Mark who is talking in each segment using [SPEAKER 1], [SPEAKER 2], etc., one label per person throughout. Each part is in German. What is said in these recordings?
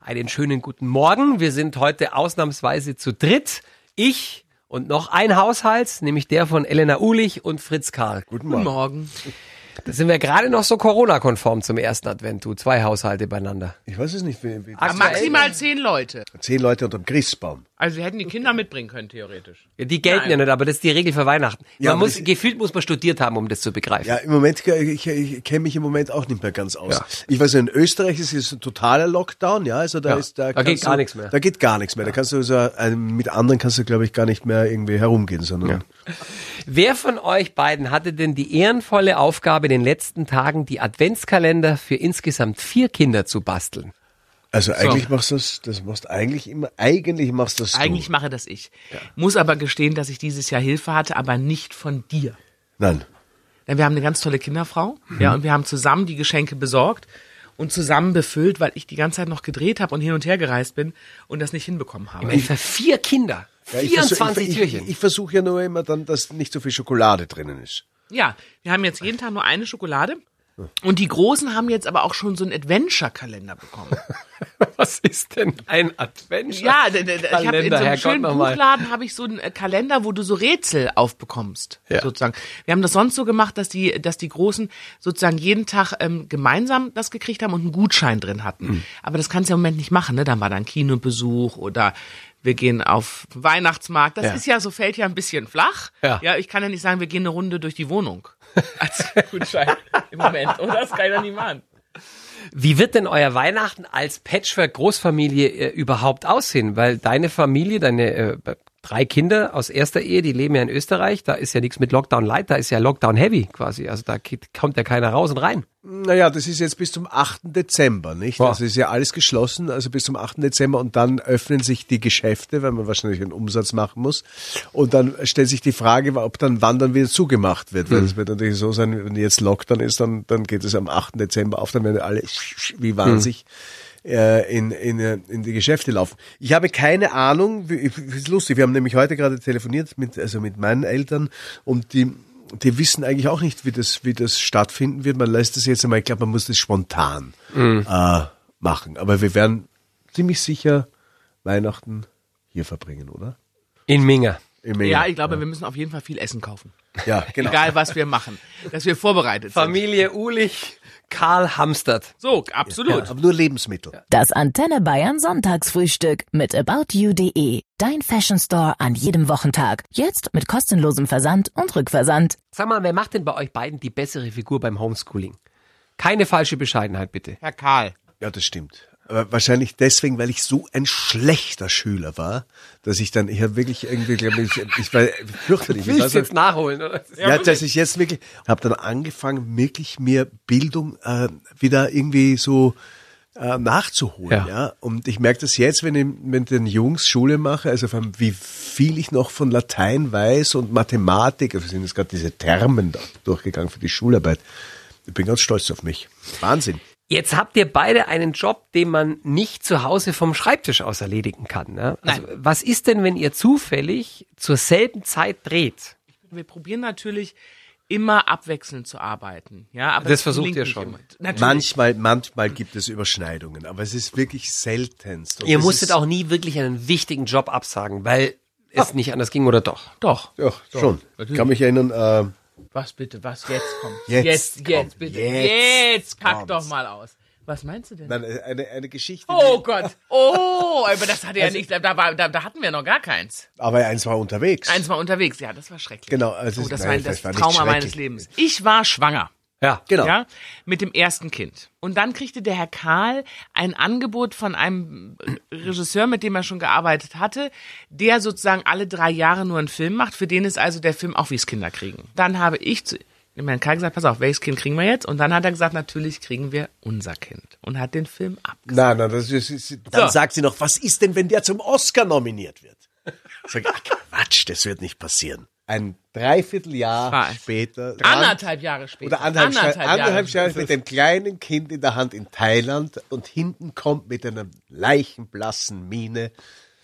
[SPEAKER 1] Einen schönen guten Morgen. Wir sind heute ausnahmsweise zu dritt. Ich und noch ein Haushalt, nämlich der von Elena Ulich und Fritz Karl. Guten Morgen.
[SPEAKER 2] Morgen.
[SPEAKER 1] Da sind wir gerade noch so Corona-konform zum ersten Advent, du. Zwei Haushalte beieinander.
[SPEAKER 3] Ich weiß es nicht, wie, wie
[SPEAKER 1] Ach,
[SPEAKER 2] Maximal zehn Leute.
[SPEAKER 3] zehn Leute unterm Christbaum.
[SPEAKER 2] Also wir hätten die Kinder mitbringen können, theoretisch.
[SPEAKER 1] Ja, Die gelten ja nicht, aber das ist die Regel für Weihnachten.
[SPEAKER 3] Ja,
[SPEAKER 1] man
[SPEAKER 3] aber
[SPEAKER 1] muss,
[SPEAKER 3] das-
[SPEAKER 1] gefühlt muss man studiert haben, um das zu begreifen.
[SPEAKER 3] Ja, im Moment, ich, ich kenne mich im Moment auch nicht mehr ganz aus. Ich weiß, in Österreich ist es ein totaler Lockdown, ja, also da
[SPEAKER 1] Ja,
[SPEAKER 3] ist, da,
[SPEAKER 1] da geht
[SPEAKER 3] kannst
[SPEAKER 1] gar
[SPEAKER 3] du,
[SPEAKER 1] nichts mehr.
[SPEAKER 3] Da geht gar nichts mehr. Da kannst du so, äh, mit anderen kannst du, glaube ich, gar nicht mehr irgendwie herumgehen, sondern.
[SPEAKER 1] Wer von euch beiden hatte denn die ehrenvolle Aufgabe, in den letzten Tagen die Adventskalender für insgesamt vier Kinder zu basteln?
[SPEAKER 3] Also eigentlich machst du das, das machst eigentlich immer, eigentlich machst das
[SPEAKER 2] Eigentlich
[SPEAKER 3] du.
[SPEAKER 2] mache das ich. Muss aber gestehen, dass ich dieses Jahr Hilfe hatte, aber nicht von dir.
[SPEAKER 3] Nein.
[SPEAKER 2] Denn wir haben eine ganz tolle Kinderfrau. Ja, und wir haben zusammen die Geschenke besorgt und zusammen befüllt, weil ich die ganze Zeit noch gedreht habe und hin und her gereist bin und das nicht hinbekommen habe.
[SPEAKER 1] Für vier Kinder.
[SPEAKER 3] Ja, ich versuch-
[SPEAKER 1] 24
[SPEAKER 3] ich,
[SPEAKER 1] Türchen.
[SPEAKER 3] Ich, ich versuche ja nur immer dann, dass nicht so viel Schokolade drinnen ist.
[SPEAKER 2] Ja, wir haben jetzt jeden Tag nur eine Schokolade. Und die Großen haben jetzt aber auch schon so einen Adventure-Kalender bekommen.
[SPEAKER 1] Was ist denn ein Adventskalender?
[SPEAKER 2] Ja, d- d- d- ich habe in so einem
[SPEAKER 1] Herrgott,
[SPEAKER 2] schönen
[SPEAKER 1] nochmal.
[SPEAKER 2] Buchladen habe ich so einen äh, Kalender, wo du so Rätsel aufbekommst,
[SPEAKER 1] Ja.
[SPEAKER 2] sozusagen. Wir haben das sonst so gemacht, dass die, dass die Großen sozusagen jeden Tag ähm, gemeinsam das gekriegt haben und einen Gutschein drin hatten.
[SPEAKER 1] Mhm.
[SPEAKER 2] Aber das kannst du ja im Moment nicht machen, ne? Dann war dann Kinobesuch oder wir gehen auf den Weihnachtsmarkt. Das
[SPEAKER 1] Ja.
[SPEAKER 2] ist ja so fällt ja ein bisschen flach.
[SPEAKER 1] Ja.
[SPEAKER 2] ja, ich kann ja nicht sagen, wir gehen eine Runde durch die Wohnung als Gutschein im Moment. Oder das kann ja nicht machen.
[SPEAKER 1] Wie wird denn euer Weihnachten als Patchwork-Großfamilie äh, überhaupt aussehen? Weil deine Familie, deine äh, drei Kinder aus erster Ehe, die leben ja in Österreich, da ist ja nichts mit Lockdown Light, da ist ja Lockdown Heavy quasi. Also da geht, kommt ja keiner raus und rein.
[SPEAKER 3] Naja, das ist jetzt bis zum 8. Dezember, nicht?
[SPEAKER 1] Ja.
[SPEAKER 3] Das ist ja alles geschlossen, also bis zum 8. Dezember und dann öffnen sich die Geschäfte, weil man wahrscheinlich einen Umsatz machen muss. Und dann stellt sich die Frage, ob dann wann dann wieder zugemacht wird. Weil es wird natürlich so sein, wenn jetzt Lockdown ist, dann, dann geht es am 8. Dezember auf, dann werden alle wie wahnsinnig äh, in, in, äh, in die Geschäfte laufen. Ich habe keine Ahnung, wie- ich- ist lustig, wir haben nämlich heute gerade telefoniert mit, also mit meinen Eltern und die, die wissen eigentlich auch nicht, wie das, wie das stattfinden wird. Man lässt das jetzt einmal, ich glaube, man muss das spontan
[SPEAKER 2] Mhm.
[SPEAKER 3] äh, machen. Aber wir werden ziemlich sicher Weihnachten hier verbringen, oder?
[SPEAKER 1] In Minga.
[SPEAKER 3] Im
[SPEAKER 2] Ja,
[SPEAKER 3] März.
[SPEAKER 2] ich glaube, wir müssen auf jeden Fall viel Essen kaufen.
[SPEAKER 3] ja, genau.
[SPEAKER 2] Egal, was wir machen. Dass wir vorbereitet sind.
[SPEAKER 1] Familie Ulich, Karl Hamstert.
[SPEAKER 2] So, absolut.
[SPEAKER 3] Aber nur Lebensmittel.
[SPEAKER 4] Das Antenne Bayern Sonntagsfrühstück mit aboutyou.de. Dein Fashion Store an jedem Wochentag. Jetzt mit kostenlosem Versand und Rückversand.
[SPEAKER 1] Sag mal, wer macht denn bei euch beiden die bessere Figur beim Homeschooling? Keine falsche Bescheidenheit, bitte.
[SPEAKER 2] Herr Karl.
[SPEAKER 3] Ja, das stimmt. Aber wahrscheinlich deswegen, weil ich so ein schlechter Schüler war, dass ich dann, ich habe wirklich irgendwie, glaube ich, ich war fürchterlich. Ich weiß nicht-
[SPEAKER 1] nachholen, oder?
[SPEAKER 3] ja, dass ich jetzt wirklich, habe dann angefangen, wirklich mir Bildung äh, wieder irgendwie so äh, nachzuholen.
[SPEAKER 1] Ja.
[SPEAKER 3] Ja. Und ich merke das jetzt, wenn ich mit den Jungs Schule mache, also vor allem, wie viel ich noch von Latein weiß und Mathematik, also wir sind jetzt gerade diese Termen da durchgegangen für die Schularbeit. Ich bin ganz stolz auf mich. Wahnsinn.
[SPEAKER 1] Jetzt habt ihr beide einen Job, den man nicht zu Hause vom Schreibtisch aus erledigen kann. Ne? Also, was ist denn, wenn ihr zufällig zur selben Zeit dreht?
[SPEAKER 2] Wir probieren natürlich immer abwechselnd zu arbeiten. Ja, aber
[SPEAKER 1] Das versucht
[SPEAKER 2] gelingt
[SPEAKER 1] ihr
[SPEAKER 2] nicht
[SPEAKER 1] schon.
[SPEAKER 2] immer. Natürlich.
[SPEAKER 3] Manchmal, manchmal gibt es Überschneidungen, aber es ist wirklich seltenst. Und
[SPEAKER 1] Ihr
[SPEAKER 3] das
[SPEAKER 1] musstet
[SPEAKER 3] ist-
[SPEAKER 1] auch nie wirklich einen wichtigen Job absagen, weil es nicht anders ging oder doch.
[SPEAKER 2] Doch.
[SPEAKER 3] Ja, schon. Kann mich erinnern, äh,
[SPEAKER 2] Was bitte, was jetzt kommt?
[SPEAKER 3] Jetzt
[SPEAKER 2] jetzt,
[SPEAKER 3] kommt,
[SPEAKER 2] jetzt bitte. Jetzt,
[SPEAKER 3] jetzt
[SPEAKER 2] pack
[SPEAKER 3] kommt's.
[SPEAKER 2] doch mal aus. Was meinst du denn?
[SPEAKER 3] nein, eine, eine Geschichte.
[SPEAKER 2] Oh Gott. Oh, aber das hatte ja nicht, da, war, da, da hatten wir noch gar keins.
[SPEAKER 3] Aber eins war unterwegs.
[SPEAKER 2] Eins war unterwegs, ja, das war schrecklich.
[SPEAKER 3] Genau, also
[SPEAKER 2] oh,
[SPEAKER 3] es-
[SPEAKER 2] das
[SPEAKER 3] nein,
[SPEAKER 2] war
[SPEAKER 3] das
[SPEAKER 2] das
[SPEAKER 3] war nicht
[SPEAKER 2] Trauma meines
[SPEAKER 3] schrecklich.
[SPEAKER 2] Lebens. Ich war schwanger.
[SPEAKER 1] Ja,
[SPEAKER 3] genau.
[SPEAKER 2] Ja, mit dem ersten Kind. Und dann kriegte der Herr Karl ein Angebot von einem Regisseur, mit dem er schon gearbeitet hatte, der sozusagen alle drei Jahre nur einen Film macht. Für den ist also der Film auch wie's Kinder kriegen. Dann habe ich zu dem Herrn Karl gesagt, pass auf, welches Kind kriegen wir jetzt? Und dann hat er gesagt, natürlich kriegen wir unser Kind. Und hat den Film ab.
[SPEAKER 3] Nein, nein, das ist, ist, dann
[SPEAKER 2] So.
[SPEAKER 3] sagt sie noch, was ist denn, wenn der zum Oscar nominiert wird? Sag ich, ah, Quatsch, das wird nicht passieren. Ein Dreivierteljahr
[SPEAKER 2] War es.
[SPEAKER 3] später.
[SPEAKER 2] Anderthalb Jahre später.
[SPEAKER 3] Oder anderthalb, anderthalb Jahre, anderthalb
[SPEAKER 2] später.
[SPEAKER 3] Jahre mit dem kleinen Kind in der Hand in Thailand und hinten kommt mit einer leichenblassen Miene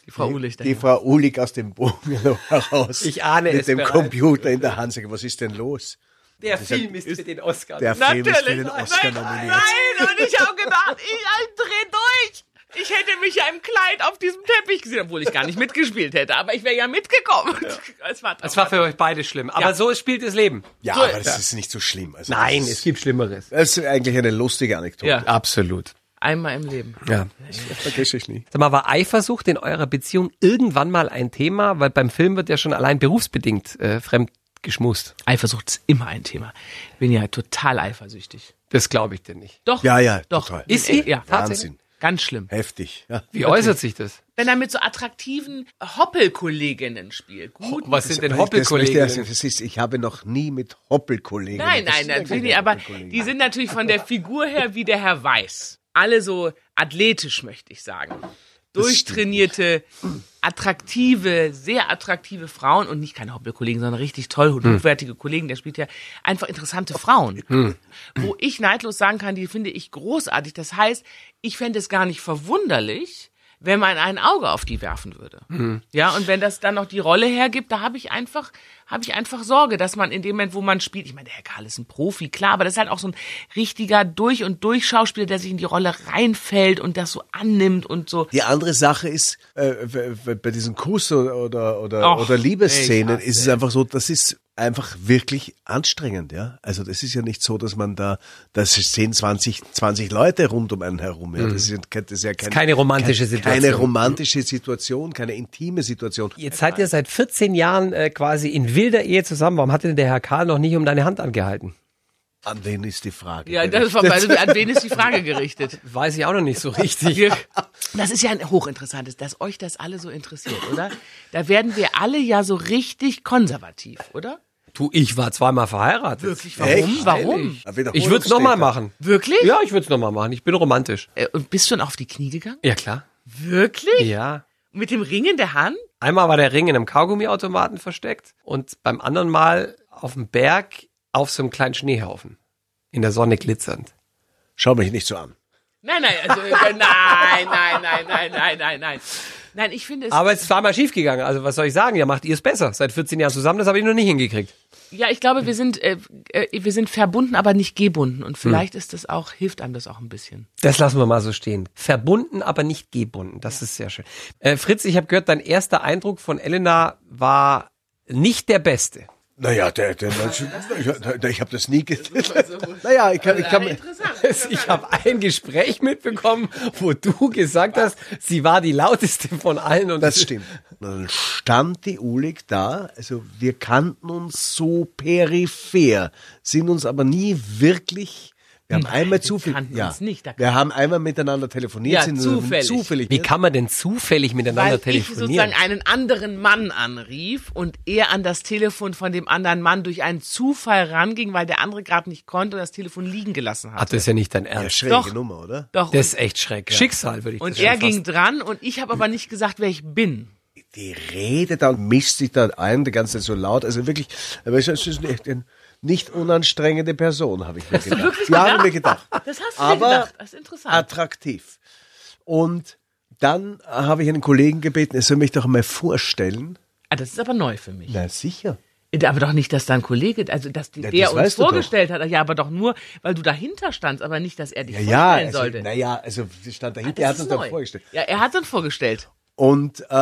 [SPEAKER 2] Die Frau Ulich
[SPEAKER 3] die
[SPEAKER 2] dahin.
[SPEAKER 3] Frau Ulig aus dem Bogen heraus.
[SPEAKER 1] Ich ahne
[SPEAKER 3] Mit
[SPEAKER 1] es
[SPEAKER 3] dem
[SPEAKER 1] bereits.
[SPEAKER 3] Computer in der Hand. Sag, ich, was ist denn los?
[SPEAKER 1] Der Film ist für den Oscar.
[SPEAKER 3] Der Film ist für den
[SPEAKER 2] Nein,
[SPEAKER 3] Oscar
[SPEAKER 2] nein,
[SPEAKER 3] nominiert.
[SPEAKER 2] nein, und ich habe gedacht, ich, ich halt dreh durch. Ich hätte mich ja im Kleid auf diesem Teppich gesehen, obwohl ich gar nicht mitgespielt hätte, aber ich wäre ja mitgekommen. Es war,
[SPEAKER 1] Es war für euch beide schlimm. Aber so spielt das Leben.
[SPEAKER 3] Ja, aber das ist nicht so schlimm. Also
[SPEAKER 1] Nein,
[SPEAKER 3] das
[SPEAKER 1] es
[SPEAKER 3] ist,
[SPEAKER 1] gibt Schlimmeres.
[SPEAKER 3] das ist eigentlich eine lustige Anekdote.
[SPEAKER 2] Ja.
[SPEAKER 1] Absolut.
[SPEAKER 2] einmal im Leben.
[SPEAKER 1] Ja.
[SPEAKER 3] Das vergesse ich nie.
[SPEAKER 1] Sag mal, war Eifersucht in eurer Beziehung irgendwann mal ein Thema? Weil beim Film wird ja schon allein berufsbedingt äh, fremd geschmust.
[SPEAKER 2] Eifersucht ist immer ein Thema. Bin ja total eifersüchtig.
[SPEAKER 1] Das glaube ich dir nicht.
[SPEAKER 2] Doch.
[SPEAKER 3] Ja, ja,
[SPEAKER 2] Doch.
[SPEAKER 3] total.
[SPEAKER 1] Ist sie?
[SPEAKER 2] Ja.
[SPEAKER 1] Tatsächlich?
[SPEAKER 3] Wahnsinn.
[SPEAKER 2] Ganz schlimm.
[SPEAKER 3] Heftig. Ja.
[SPEAKER 1] Wie äußert sich das?
[SPEAKER 2] Wenn er mit so attraktiven Hoppelkolleginnen spielt. Gut.
[SPEAKER 1] Was sind denn
[SPEAKER 3] Das möchte ich erst-
[SPEAKER 1] Hoppelkollegen?
[SPEAKER 3] das ist- Ich habe noch nie mit Hoppelkollegen.
[SPEAKER 2] Nein, nein, natürlich nicht. Aber die sind natürlich von der Figur her wie der Herr Weiß. Alle so athletisch, möchte ich sagen. Durchtrainierte, attraktive, sehr attraktive Frauen und nicht keine Hoppelkollegen, sondern richtig toll und hochwertige Kollegen. Der spielt ja einfach interessante Frauen. Wo ich neidlos sagen kann, die finde ich großartig. Das heißt, ich fände es gar nicht verwunderlich, wenn man ein Auge auf die werfen würde. Ja, und wenn das dann noch die Rolle hergibt, da habe ich einfach, habe ich einfach Sorge, dass man in dem Moment, wo man spielt, ich meine, der Herr Karl ist ein Profi, klar, aber das ist halt auch so ein richtiger durch und durch Schauspieler, der sich in die Rolle reinfällt und das so annimmt und so.
[SPEAKER 3] Die andere Sache ist, äh, w- w- bei diesen Kuss- oder, oder,
[SPEAKER 2] Och,
[SPEAKER 3] oder Liebesszenen
[SPEAKER 2] ich hasse
[SPEAKER 3] ist es einfach so, das ist einfach wirklich anstrengend, ja. Also das ist ja nicht so, dass man da, das sind 20, 20 Leute rund um einen herum,
[SPEAKER 2] Mhm.
[SPEAKER 3] ja. Das ist, ja kein- das ist ja keine,
[SPEAKER 1] keine romantische Situation.
[SPEAKER 3] Keine romantische Situation, keine intime Situation.
[SPEAKER 1] Jetzt seid ihr seit 14 Jahren äh, quasi in wilder Ehe zusammen. Warum hat denn der Herr Karl noch nicht um deine Hand angehalten?
[SPEAKER 3] An wen ist die Frage?
[SPEAKER 2] Ja, das war, also, an wen ist die Frage gerichtet?
[SPEAKER 1] Weiß ich auch noch nicht so richtig.
[SPEAKER 2] Wir, das ist ja ein hochinteressantes, dass euch das alle so interessiert, oder? Da werden wir alle ja so richtig konservativ, oder?
[SPEAKER 1] du, ich war zweimal verheiratet.
[SPEAKER 2] Wirklich? Warum?
[SPEAKER 3] Echt?
[SPEAKER 2] Warum?
[SPEAKER 1] Ich würde es nochmal machen.
[SPEAKER 2] Wirklich?
[SPEAKER 1] Ja, ich würde es nochmal machen. Ich bin romantisch.
[SPEAKER 2] Äh, Und bist du dann auf die Knie gegangen?
[SPEAKER 1] Ja, klar.
[SPEAKER 2] Wirklich?
[SPEAKER 1] Ja.
[SPEAKER 2] Mit dem Ring in der Hand?
[SPEAKER 1] Einmal war der Ring in einem Kaugummiautomaten versteckt und beim anderen Mal auf dem Berg auf so einem kleinen Schneehaufen. In der Sonne glitzernd.
[SPEAKER 3] Schau mich nicht so an.
[SPEAKER 2] Nein, nein, also äh, nein, nein, nein, nein, nein, nein, nein. Nein, ich finde es.
[SPEAKER 1] Aber es ist zweimal schiefgegangen. Also was soll ich sagen? Ja, macht ihr es besser. Seit 14 Jahren zusammen, das habe ich noch nicht hingekriegt.
[SPEAKER 2] ja, ich glaube, wir sind, äh, äh, wir sind verbunden, aber nicht gebunden. Und vielleicht ist das auch, hilft einem das auch ein bisschen.
[SPEAKER 1] Das lassen wir mal so stehen. Verbunden, aber nicht gebunden. Das ist sehr schön. Äh, Fritz, ich habe gehört, dein erster Eindruck von Elena war nicht der beste.
[SPEAKER 3] Naja, der, der, ich, ich habe das nie gedacht. Naja, ich kann, ich kann,
[SPEAKER 1] Also Ich habe ein Gespräch mitbekommen, wo du gesagt hast, sie war die lauteste von allen. Und
[SPEAKER 3] Das stimmt. Und dann stand die Ulig da. Also wir kannten uns so peripher, sind uns aber nie wirklich. Wir haben einmal zufällig.
[SPEAKER 2] kannten uns nicht, da-
[SPEAKER 3] wir haben einmal miteinander telefoniert,
[SPEAKER 2] Ja,
[SPEAKER 3] sind
[SPEAKER 2] zufällig.
[SPEAKER 3] zufällig. ne?
[SPEAKER 1] Wie kann man denn zufällig miteinander
[SPEAKER 2] Weil ich
[SPEAKER 1] telefonieren?
[SPEAKER 2] sozusagen einen anderen Mann anrief und er an das Telefon von dem anderen Mann durch einen Zufall ranging, weil der andere gerade nicht konnte und das Telefon liegen gelassen
[SPEAKER 1] Ach,
[SPEAKER 2] hat.
[SPEAKER 1] das ist ja nicht dein
[SPEAKER 3] ja,
[SPEAKER 1] Ernst.
[SPEAKER 3] schräge
[SPEAKER 2] Doch.
[SPEAKER 3] Nummer, oder?
[SPEAKER 2] Doch.
[SPEAKER 1] das ist echt schreck. Schicksal würde ich
[SPEAKER 2] und
[SPEAKER 1] das schon
[SPEAKER 2] er ging
[SPEAKER 1] fast-
[SPEAKER 2] dran und ich habe aber nicht gesagt, wer ich bin.
[SPEAKER 3] Die Rede da und mischt sich da ein, die ganze Zeit so laut. Also wirklich, aber es ist eine eine nicht unanstrengende Person, habe ich mir gedacht. ja, habe ich mir gedacht.
[SPEAKER 2] Das hast du dir
[SPEAKER 3] aber
[SPEAKER 2] gedacht. Das ist interessant.
[SPEAKER 3] attraktiv. Und dann habe ich einen Kollegen gebeten, er soll mich doch mal vorstellen.
[SPEAKER 2] Ah, das ist aber neu für mich.
[SPEAKER 3] Na sicher.
[SPEAKER 2] Aber doch nicht, dass dein Kollege, also dass die,
[SPEAKER 3] Ja, das
[SPEAKER 2] der uns
[SPEAKER 3] weißt du
[SPEAKER 2] vorgestellt hat. Ja, aber doch nur, weil du dahinter standst, aber nicht, dass er dich
[SPEAKER 3] Ja, ja,
[SPEAKER 2] vorstellen
[SPEAKER 3] also,
[SPEAKER 2] sollte. Ah,
[SPEAKER 3] naja, also sie stand dahinter,
[SPEAKER 2] Das
[SPEAKER 3] er hat
[SPEAKER 2] ist
[SPEAKER 3] uns dann
[SPEAKER 2] neu.
[SPEAKER 3] vorgestellt.
[SPEAKER 2] Ja, er hat uns vorgestellt.
[SPEAKER 3] Und äh,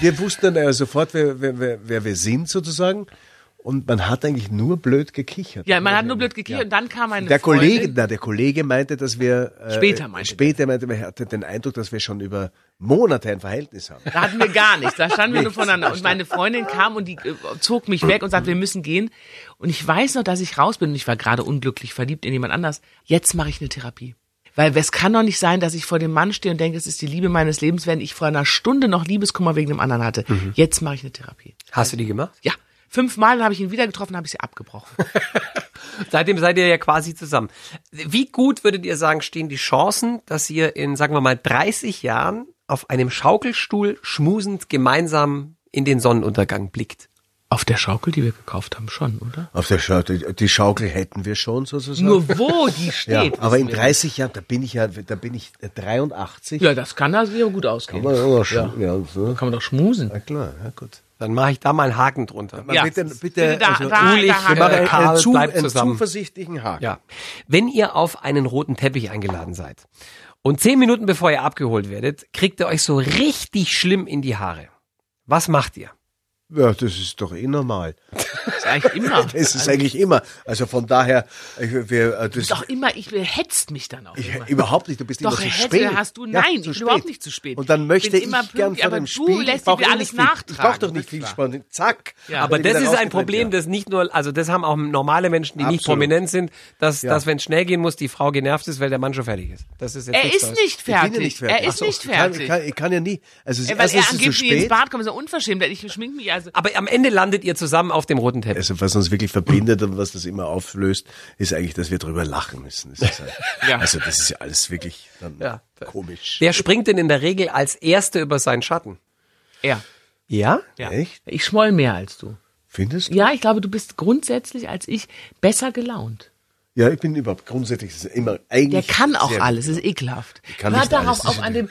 [SPEAKER 3] wir wussten dann ja sofort, wer, wer, wer, wer wir sind sozusagen. Und man hat eigentlich nur blöd gekichert.
[SPEAKER 2] Ja, man hat nur blöd gekichert und dann kam eine
[SPEAKER 3] der Kollege,
[SPEAKER 2] Freundin.
[SPEAKER 3] na, der Kollege meinte, dass wir äh,
[SPEAKER 2] Später meinte
[SPEAKER 3] später meinte, er hatte den Eindruck, dass wir schon über Monate ein Verhältnis haben.
[SPEAKER 2] Da hatten wir gar nichts. Da standen wir nur voneinander. Und meine Freundin kam und die äh, zog mich weg und sagte, wir müssen gehen. Und ich weiß noch, dass ich raus bin. Und ich war gerade unglücklich verliebt in jemand anders. Jetzt mache ich eine Therapie. Weil es kann doch nicht sein, dass ich vor dem Mann stehe und denke, es ist die Liebe meines Lebens, während ich vor einer Stunde noch Liebeskummer wegen dem anderen hatte. Jetzt mache ich eine Therapie.
[SPEAKER 1] Hast du die gemacht?
[SPEAKER 2] Ja. Fünfmal dann habe ich ihn wieder getroffen, habe ich sie abgebrochen.
[SPEAKER 1] Seitdem seid ihr ja quasi zusammen. Wie gut würdet ihr sagen, stehen die Chancen, dass ihr in, sagen wir mal, 30 Jahren auf einem Schaukelstuhl schmusend gemeinsam in den Sonnenuntergang blickt?
[SPEAKER 2] Auf der Schaukel, die wir gekauft haben, schon, oder?
[SPEAKER 3] Auf der Schaukel, die Schaukel hätten wir schon sozusagen.
[SPEAKER 2] Nur wo die steht.
[SPEAKER 3] ja, aber in
[SPEAKER 2] wissen wir.
[SPEAKER 3] 30 Jahren, da bin ich ja, da bin ich äh, 83.
[SPEAKER 2] Ja, das kann also sehr gut ausgehen.
[SPEAKER 3] Ja,
[SPEAKER 2] Kann
[SPEAKER 3] ja, so.
[SPEAKER 2] man doch schmusen.
[SPEAKER 3] Na klar, ja gut.
[SPEAKER 1] Dann mache ich da mal einen Haken drunter.
[SPEAKER 3] Man
[SPEAKER 2] Ja.
[SPEAKER 3] bitte, bitte,
[SPEAKER 2] Bitte da-
[SPEAKER 3] also,
[SPEAKER 2] da-
[SPEAKER 1] Ulich,
[SPEAKER 2] da-
[SPEAKER 1] wir machen
[SPEAKER 3] einen-
[SPEAKER 1] Karl,
[SPEAKER 3] einen, zu,
[SPEAKER 1] bleibt
[SPEAKER 3] einen
[SPEAKER 1] zusammen.
[SPEAKER 3] zuversichtlichen Haken.
[SPEAKER 1] Ja. Wenn ihr auf einen roten Teppich eingeladen seid Und zehn Minuten bevor ihr abgeholt werdet, kriegt ihr euch so richtig schlimm in die Haare. Was macht ihr?
[SPEAKER 3] Ja, das ist doch eh normal.
[SPEAKER 2] ist eigentlich immer.
[SPEAKER 3] Es ist eigentlich immer. Also von daher, ich, wir, äh, das,
[SPEAKER 2] Doch immer, ich hetzt mich dann auch
[SPEAKER 3] Ja,
[SPEAKER 2] immer.
[SPEAKER 3] überhaupt nicht, du bist
[SPEAKER 2] Doch,
[SPEAKER 3] immer zu
[SPEAKER 2] Herr
[SPEAKER 3] spät.
[SPEAKER 2] Hetzel, hast du-
[SPEAKER 3] Ja,
[SPEAKER 2] nein,
[SPEAKER 3] zu
[SPEAKER 2] ich bin überhaupt nicht zu spät.
[SPEAKER 3] Und dann möchte
[SPEAKER 2] Ich bin
[SPEAKER 3] ich,
[SPEAKER 2] immer
[SPEAKER 3] gern
[SPEAKER 2] pünktlich,
[SPEAKER 3] von
[SPEAKER 2] aber
[SPEAKER 3] dem
[SPEAKER 2] du
[SPEAKER 3] Spiel,
[SPEAKER 2] lässt
[SPEAKER 3] ich brauch
[SPEAKER 2] dir
[SPEAKER 3] eh
[SPEAKER 2] alles
[SPEAKER 3] nicht viel. Ich brauche doch
[SPEAKER 2] nachtragen,
[SPEAKER 3] nicht viel
[SPEAKER 2] das
[SPEAKER 3] Spannung. Zack.
[SPEAKER 2] Ja.
[SPEAKER 1] Aber
[SPEAKER 3] Wenn ich
[SPEAKER 1] das
[SPEAKER 3] dann
[SPEAKER 1] ist ein
[SPEAKER 3] rausgekommen
[SPEAKER 1] Problem,
[SPEAKER 3] wäre.
[SPEAKER 1] das nicht nur, also das haben auch normale Menschen, die nicht
[SPEAKER 3] Absolut.
[SPEAKER 1] prominent sind, dass,
[SPEAKER 3] Ja.
[SPEAKER 1] dass wenn es schnell gehen muss, die Frau genervt ist, weil der Mann schon fertig ist. Das ist jetzt
[SPEAKER 2] Er
[SPEAKER 1] nichts
[SPEAKER 2] ist
[SPEAKER 1] Neues.
[SPEAKER 2] nicht
[SPEAKER 3] Ich bin ja
[SPEAKER 2] fertig.
[SPEAKER 3] nicht fertig.
[SPEAKER 2] Er ist
[SPEAKER 3] Achso,
[SPEAKER 2] nicht
[SPEAKER 3] ich kann-
[SPEAKER 2] fertig.
[SPEAKER 3] Ich kann, ich kann ja nie. Also es-
[SPEAKER 2] Ja, weil
[SPEAKER 3] erstens
[SPEAKER 2] er
[SPEAKER 3] ist es zu
[SPEAKER 2] angeblich ins
[SPEAKER 3] spät.
[SPEAKER 2] Bad kommt, ist er unverschämt. Ich schmink mich also.
[SPEAKER 1] Aber am Ende landet ihr zusammen auf dem roten Teppich.
[SPEAKER 3] Also was uns wirklich verbindet und was das immer auflöst, ist eigentlich, dass wir drüber lachen müssen. Das ist halt,
[SPEAKER 2] Ja.
[SPEAKER 3] Also das ist ja alles wirklich dann
[SPEAKER 1] Ja.
[SPEAKER 3] komisch.
[SPEAKER 1] Wer springt denn in der Regel als Erster über seinen Schatten?
[SPEAKER 2] Er.
[SPEAKER 1] Ja?
[SPEAKER 2] Ja.
[SPEAKER 3] Echt?
[SPEAKER 2] Ich schmoll mehr als du.
[SPEAKER 3] Findest du?
[SPEAKER 2] Ja, ich glaube, du bist grundsätzlich als ich besser gelaunt.
[SPEAKER 3] Ja, ich bin überhaupt grundsätzlich das ist immer eigentlich.
[SPEAKER 2] Der kann auch
[SPEAKER 3] sehr-
[SPEAKER 2] alles, ist ekelhaft.
[SPEAKER 3] kann
[SPEAKER 2] Hör
[SPEAKER 3] nicht alles,
[SPEAKER 2] darauf
[SPEAKER 3] das
[SPEAKER 2] auf
[SPEAKER 3] ist
[SPEAKER 2] an dem.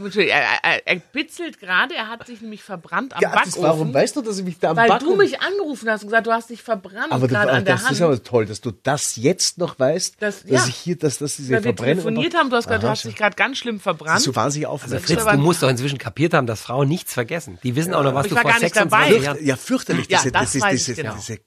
[SPEAKER 2] Entschuldigung, er, er, er bitzelt gerade, er hat sich nämlich verbrannt am
[SPEAKER 3] Ja, das,
[SPEAKER 2] Backofen.
[SPEAKER 3] warum weißt du, dass ich mich da am
[SPEAKER 2] weil
[SPEAKER 3] Backen
[SPEAKER 2] du mich angerufen hast und gesagt, du hast dich verbrannt
[SPEAKER 3] Aber das,
[SPEAKER 2] gerade an der
[SPEAKER 3] das
[SPEAKER 2] Hand.
[SPEAKER 3] ist aber toll, dass du das jetzt noch weißt,
[SPEAKER 2] Das-
[SPEAKER 3] dass
[SPEAKER 2] ja.
[SPEAKER 3] ich hier, dass das diese
[SPEAKER 2] weil wir
[SPEAKER 3] Verbrennung.
[SPEAKER 2] telefoniert haben, du hast gesagt, du
[SPEAKER 3] Aha,
[SPEAKER 2] hast dich Also gerade ganz schlimm verbrannt.
[SPEAKER 3] so wahnsinnig aufmerksam.
[SPEAKER 1] Fritz, du musst doch inzwischen kapiert haben, dass Frauen nichts vergessen. Die wissen auch noch, was
[SPEAKER 2] ich
[SPEAKER 1] du
[SPEAKER 2] war
[SPEAKER 1] vor
[SPEAKER 2] gar nicht
[SPEAKER 1] 26
[SPEAKER 2] dabei.
[SPEAKER 1] Jahren...
[SPEAKER 3] ja, fürchterlich.
[SPEAKER 2] Ja,
[SPEAKER 3] Diese,
[SPEAKER 2] das
[SPEAKER 3] ist
[SPEAKER 2] weiß ich
[SPEAKER 3] diese,
[SPEAKER 2] genau.
[SPEAKER 3] diese